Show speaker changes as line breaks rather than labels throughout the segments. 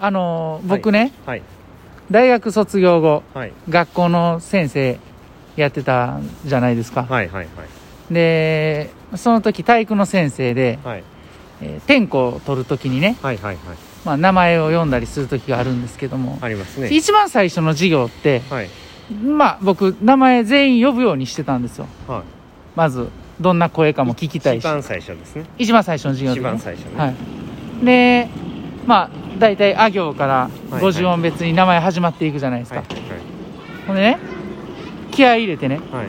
あの僕ね、
はい
大学卒業後
はい
学校の先生やってたじゃないですか、
はいはい
でその時体育の先生で、
はい
えー点呼を取る時にね、
はいはいはいはい
まあ、名前を読んだりする時があるんですけども、
ありますね
一番最初の授業って
はい
まあ僕名前全員呼ぶようにしてたんですよ
は
まずどんな声かも聞きた
い
い
一
し
番最初ですね
一番最初の授業
一
で、
番
ね
最初ね
はい、でまあ大体あ行から
はい
五十音別に名前始まっていくじゃないですか、
はい
ほんでね気合い入れてね
はいはい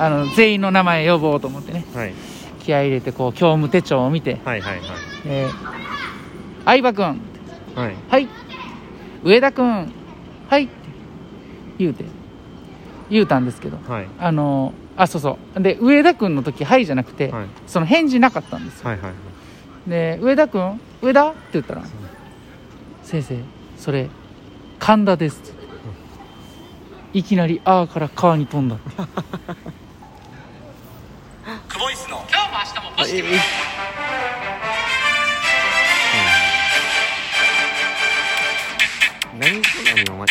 あの全員の名前呼ぼうと思ってね
はい
気合い入れてこう教務手帳を見て
はいはいはい
「えー、相葉君
はい
はい上田君はい」って言うて言うたんですけど
はい
あのあそうそうで上田君の時「はい」じゃなくて、
はい
その返事なかったんですよ
はいはい
で「上田君上田?」って言ったら「先生それ神田です」いきなり「あ」から「か」に飛んだっていう
クボイスの
今日も明日もポジティブ
うん何そんなのお前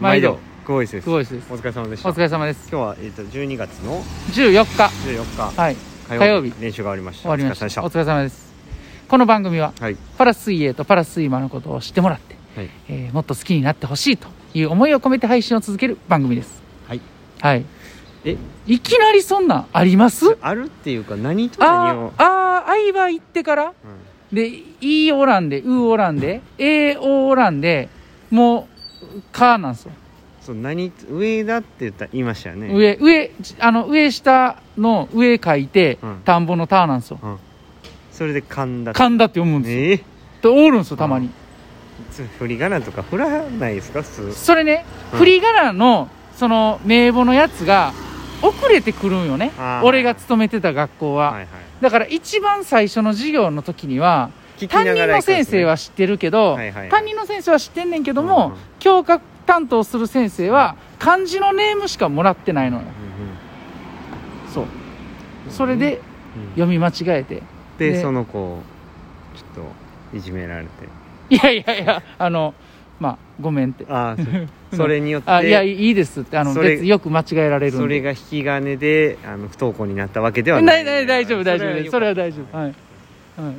毎度
クボイスです
クボイスです
お疲れ様でし
お
た
疲れ様です
今日はえっと12月の
14日
14日
はい
火
火曜
曜
日
日練習が終わりました
終わりました
お疲れ様
お
でし
疲れ様ですこの番組は
たはい
パラ水泳とパラスイマーのことを知ってもらって、
はい
えーもっと好きになってほしいという思いを込めて配信を続ける番組です
はい
はい
え
いきなりそんなんあります
あるっていうか何と何
あ
を
ーあー相葉行ってから
うん
で、いおらんで、うおらんで、えおらんで、もう、かなんですよ。
そう何上だって言った言いましたよね
上、上、あの、上下の上書いて、
うん
田んぼの田なんですよ。
それで神田
神田って読むんですよ。
ええ
とおるんですよ、たまに。
つ振り仮名とか振らないですか普通
それね、
うん
振り仮名の、その、名簿のやつが、遅れてくるんよね
あ。ー
俺が勤めてた学校は。
はいはい
だから一番最初の授業の時には、
聞き
担
な
任
がら
の
行くんで
先
すね
生は知ってるけど、
はいはいはい
担任の先生は知ってんねんけども、
うんうん
教科担当する先生は漢字のネームしかもらってないのよそうそれで
うんうんうん
読み間違えて
で
で
その子をちょっといじめられて
いやいやいやあのまあごめんって
ああ そそれによって
あいやいいですってあの
それ
別によく間違えられるんで
それが引き金であの不登校になったわけではな
ないいない大丈夫大丈夫ですそれは大丈夫
は
はいい、はい、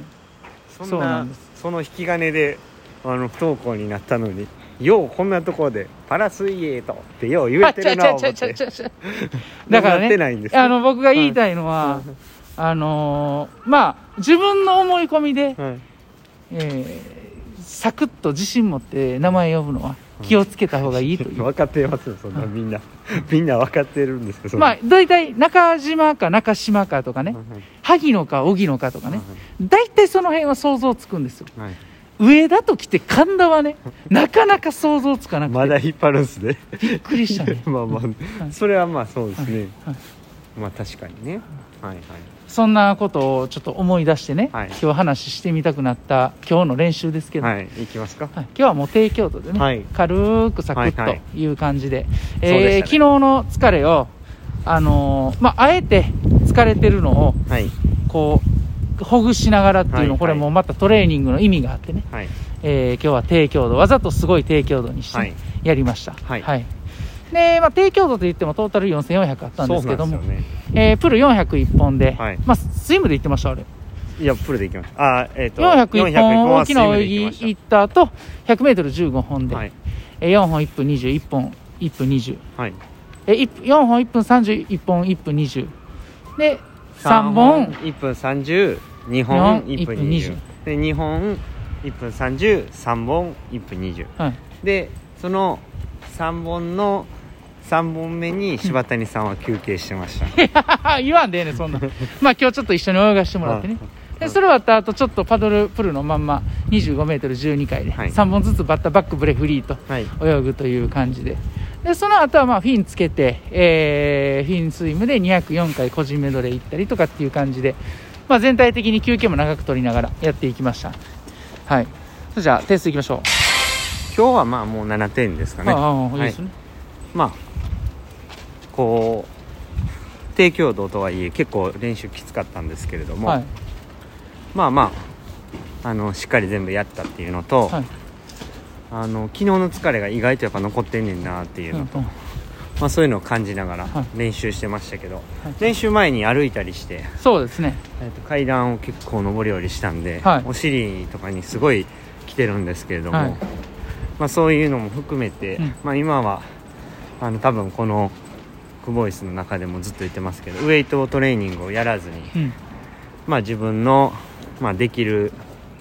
そん
そうな
なん
です
その引き金であの不登校になったのにようこんなところでパラ水泳とってよう言えてる
あち
な
ゃ
思っ
ちゃ
て
ちゃちゃちゃだから
なってない
ね
んですよ
あの僕が言いたいのは、あのーまあ自分の思い込みで、
はい
えーサクッと自信持って名前呼ぶのは気をつけた方がいいという、
分かってますよそんなみんな みんな分かってるんですよそんな
まあ大体中島か中島かとかね、萩野か荻野かとかね、大体その辺は想像つくんですよ
はい
上だと来て神田はねなかなか想像つかなくて、
まだ引っ張るんすね
びっくりしたね
まあま
はい
あそれはまあそうですね
はい
まあ確かにねはいはい
そんなことをちょっと思い出してね、
はい
今日話ししてみたくなった今日の練習ですけど、
はい行きますか
はい今日はもう低強度でね、
はい
軽ーくサクッ
はいは
と
い
いう感じで、え
そうで
ー
したね
昨日の疲れを、あのーまあ、あえて疲れてるのを
はい
こうほぐしながらっていうの、
はいはい
これもまたトレーニングの意味があってね、
はい
えー今日は低強度わざとすごい低強度にしてね、
はい
やりました、
はい
でまあ、低強度といってもトータル4400あったんですけど
そうな
も、
んですよね
えープル401本で、
はい
まあ、スイムで行ってましたあれ
いやプルで行きましたあーえっと
401
401
本
は
大きな泳
スイムで
ぎ
行きま
行
し
った後 100m15 本で、
たはい
えー4本1分20、1本1分20。
はい
えー、1 4本1分30、1本1分20。で、3
三
本、
1分30二本
四
1分
一分二十
20で2本1分30三本1分20
はい、
でその3本の3本目に柴谷さんは休憩して まし た
言わんでええねんそん なん。まあ今日ちょっと一緒に泳がしてもらってね。で、それ終わった後、ちょっとパドルプルのまんま25メートル12回で、
はい
3本ずつバッターバックブレフリーと
はい
泳ぐという感じで。で、その後はまあフィンつけて、えー、フィンスイムで204回個人メドレー行ったりとかっていう感じで、まあ全体的に休憩も長く取りながらやっていきました。はい。それじゃあ点数いきましょう。
今日はまあもう7点ですかね
ああ、いい
は
で
い
すね。
まあこう低強度とはいえ結構練習きつかったんですけれども、
はい。
まあまああのしっかり全部やったっていうのと、
はい
あの昨日の疲れが意外とやっぱ残ってんねんなっていうのと、
うんうん
まあ、そういうのを感じながら
はい
練習してましたけど、
い
練習前に歩いたりして、
そうですね
えっと階段を結構上り下りしたんで、
はい
お尻とかにすごい来てるんですけれども、
はい
まあ、そういうのも含めて、
うん
まあ、今はあの多分このクボイスの中でもずっと言ってますけどウエイトトレーニングをやらずに、
うん
まあ、自分の、まあ、できる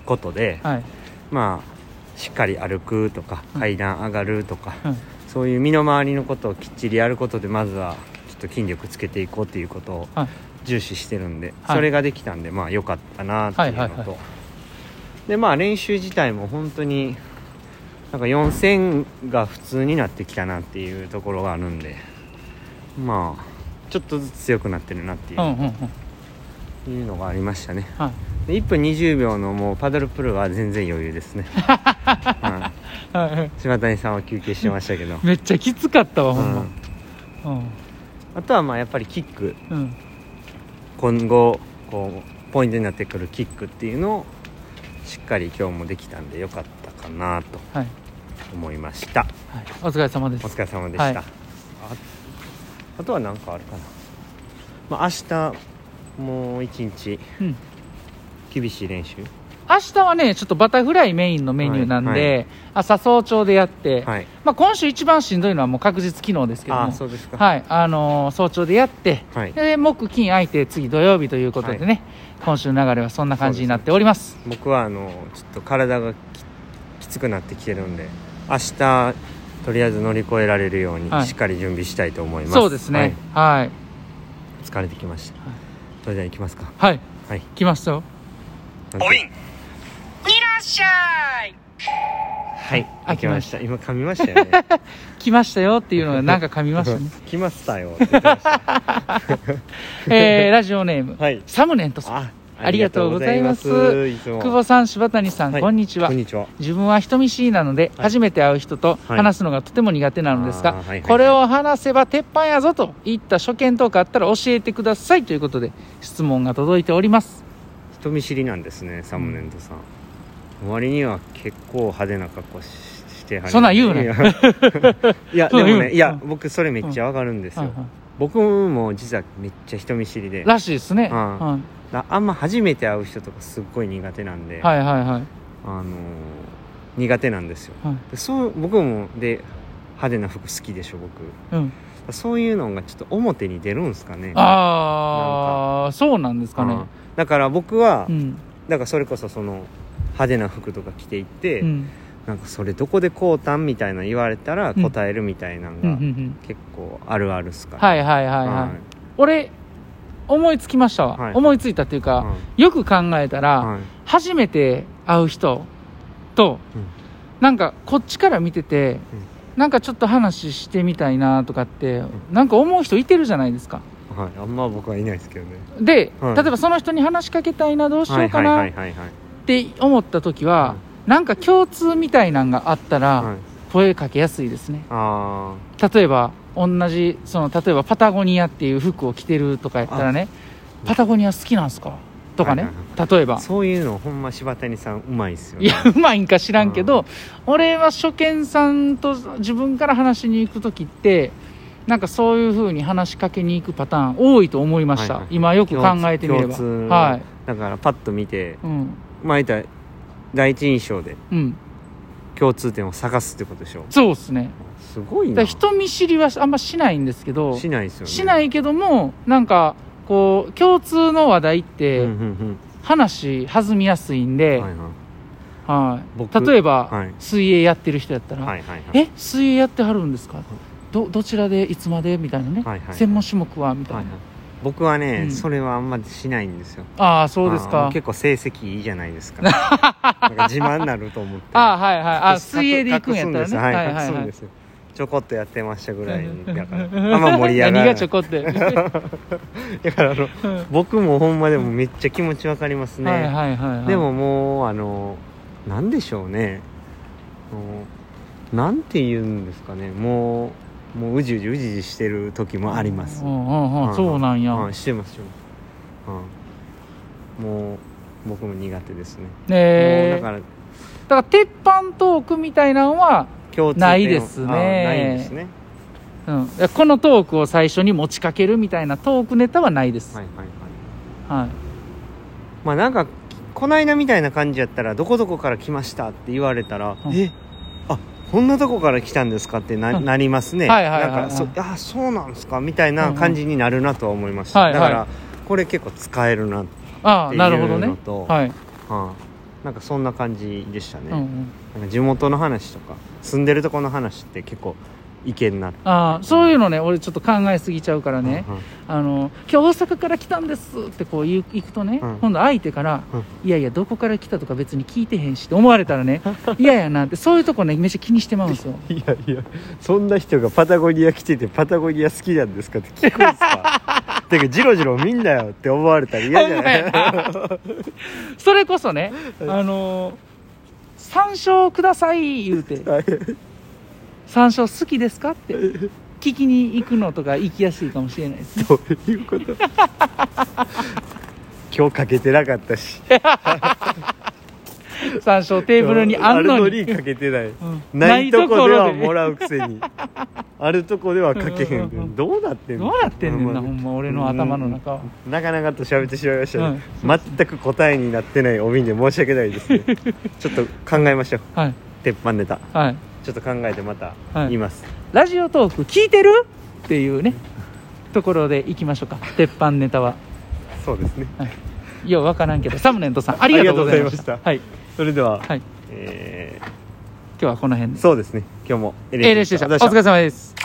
ことで、
はい、
まあ、しっかり歩くとか
うん
階段上がるとか、
うん
そういう身の回りのことをきっちりやることでまずはちょっと筋力つけていこうっていうことを
はい
重視してるんで、
はい
それができたんでまあ良かったなっていうのと、
はいはいは
でまあ練習自体も本当になんか4000が普通になってきたなっていうところがあるんでまあちょっとずつ強くなってるなっていう,、
うんうんうん
いうのがありましたね
はい
で1分20秒のもうパドルプルは全然余 裕ですね、は
はいはい
い、島谷さんは休憩してましたけど、
めっちゃきつかったわ
う
ほん
ん
ま、うん
あとはまあやっぱりキック
うん
今後こうポイントになってくるキックっていうのをしっかり今日もできたんでよかったかなと
はい、はい、
思いました
お疲れ様で
お
す
疲れ様でした、
はい
ああとは何かあるかな、まあ、明日もう一日
うん
厳しい練習
明日はねちょっとバタフライメインのメニューなんで、
はいは
朝早朝でやって、
はい
まあ、今週一番しんどいのはもう確実機能ですけども
ああそうですか
はいあのー早朝でやって
はい、
で木金空いて次土曜日ということでね、今週の流れはそんな感じになっております
僕はあのちょっと体がききつくなってきてるんで明日とりあえず乗り越えられるように
はい
しっかり準備したいと思います、
そうですねはい
はい疲れてきました、
はい
それでは行きますか
はい、
はい
来ましたよ
おい
いらっしゃい
はい
あ
行きました今噛みましたよ ね
来ましたよっていうのがなんか噛みま したね
来ましたよって言ってました
えー、ラジオネーム、
はい
サムネントさん
あ
ありがとうございます
ありがとうございますいつも
久保さん柴谷さん、
はい
こんにちは
こんにちは
自分は人見知りなので、
はい
初めて会う人と
はい
話すのがとても苦手なのですが、
あーはいはいはい
これを話せば鉄板やぞといった所見とかあったら教えてくださいということで質問が届いております
人見知りなんですねサムネントさん、割には結構派手な格好ししてはります
そんなん言うない
やいや
そん
で
なん言う
も
な
ねいや
う
僕それめっちゃわかるんですよ、
はいはい
僕も実はめっちゃ人見知りで
らしいですね、
うん
はい
ああんま初めて会う人とかすっごい苦手なんで、
はいはいはい
あのー苦手なんですよ
はい
でそう僕もで派手な服好きでしょ僕
うん、
そういうのがちょっと表に出るんですかね
ああそうなんですかね
うんだから僕は、
うん、
だからそれこそその派手な服とか着ていって、
うん、
なんかそれどこでこうたんみたいな言われたら
うん
答えるみたいなの
うんうんう
が
ん
結構あるあるっすか
はい
い
はいはいはい、
は
俺思いつきましたわ、
はい
思いついたっていうか、よく考えたら、
はい
初めて会う人と、
うん
なんかこっちから見てて、なんかちょっと話してみたいなとかって、なんか思う人いてるじゃないですか
はいあんま僕はいないですけどね
で、
はい
例えばその人に話しかけたいなどうしようか
は
ない
はい
っ
はいはい
て思った時は、なんか共通みたいなんがあったら、
はい
声かけやすいですね
あ
例えば同じその例えばパタゴニアっていう服を着てるとかやったらね
あ
パタゴニア好きなんすかとかね、
はいは
例え
あ
ば
そういうのほんま柴谷さんうまいっすよ
い
ね
や、うまいんか知らんけど、俺は初見さんと自分から話しに行く時って、なんかそういうふうに話しかけに行くパターン多いと思いました。
はいはい
今よく考えてみれば。
共通の
はい。
だからパッと見て
うん。
まあ言ったら第一印象で
うん。
共通点を探すってことでしょ
そうですね。
すごい
だから
な
人見知りはあんましないんですけど、
しないですよね
しないけども、なんか、こう、共通の話題っ
うんう
て
ん
話弾みやすいん
う
で、
んは
はいい。
はい僕
例えば、
はい
水泳やってる人やったら、
はいはいはい
え水泳やってはるんですかどどちらでいつまでみたいなね、
はいはい
専門種目はみたいな、
はいはい僕はね、
うん
それはあんましないんですよ
ああそうです
あ
か
の結構成績いいじゃないで すかなんか自慢になると思って
ああはいはいああ
隠す
水泳で行くんやったらね
隠すんですはい
はい
隠す
は
ん
い
ですよちょこっとやってましたぐらい だから
はい
あんま盛り上がらな
何
い
がちょこって は
だからあの僕もほんまでもめっちゃ気持ちわかります
い
ね、
はいはいはい
でももうあのなんでしょうねもうなんて言うんですかねもうもううじうじうじうじしてる時もあります
うんうんうんそうなんや、
うん、してますしてます、うん、もう僕も苦手ですね、もう
え
だから
だから鉄板トークみたいなのは、
共通点を
ないですね
あーないんですね
うん、いやこのトークを最初に持ちかけるみたいなトークネタはないです、
は
はいい
はいはいまあなんかこないだみたいな感じやったらどこどこから来ましたって言われたら、
うん
えあこんなとこから来たんですかってな,、
うん
なりますね、
はいはいはいはい
なんかそあそうなんですかみたいな感じになるなとは思いまし
うん
た、
うん
だから、
は
これ結構使えるなって
ああ
いうの
な
と
るほどねはい、
はあなんかそんな感じでしたね、
うんうん、
なんか地元の話とか住んでるとこの話って結構意見なって
ああそういうのね俺ちょっと考えすぎちゃうからね、あの今日大阪から来たんですってこう言う行くとね、
うん
今度相手から、
うん
いやいやどこから来たとか別に聞いてへんしって思われたら ね嫌やなってそういうとこねめっちゃ気にしてまうんですよ
いやいやそんな人がパタゴニア来ててパタゴニア好きなんですかって聞くんですかてかジロジロ見んなよって思われたら嫌じゃない
ほんまやなそれこそねあの山椒ください言うて山椒好きですかって聞きに行くのとか行きやすいかもしれないですね
どういうこと今日かけてなかったし
山椒テーブルにあんの
あ
に
るにかけてない
うん
ないとこではも
ら
らうくせにあるとこではかけへ
うんうんうん
んどうなってん
ど
の
うなってんねんなほ
ほんま
んま俺の頭の中は
になかなかと喋ってしまいましたね、全く答えになってないお瓶で申し訳ないですねちょっと考えましょう
はい
鉄板ネタ
はい
ちょっと考えてまた
はい
言います、
ラジオトーク聞いてるっていうねところで行きましょうか鉄板ネタは
そうですね
ようわからんけどサムネントさんありがとうございました
ありがとうございました
はい、
それでは、
はい、
え
今日はこの辺
ー
で
そうですね今日も
A 練習でしたお疲れ様です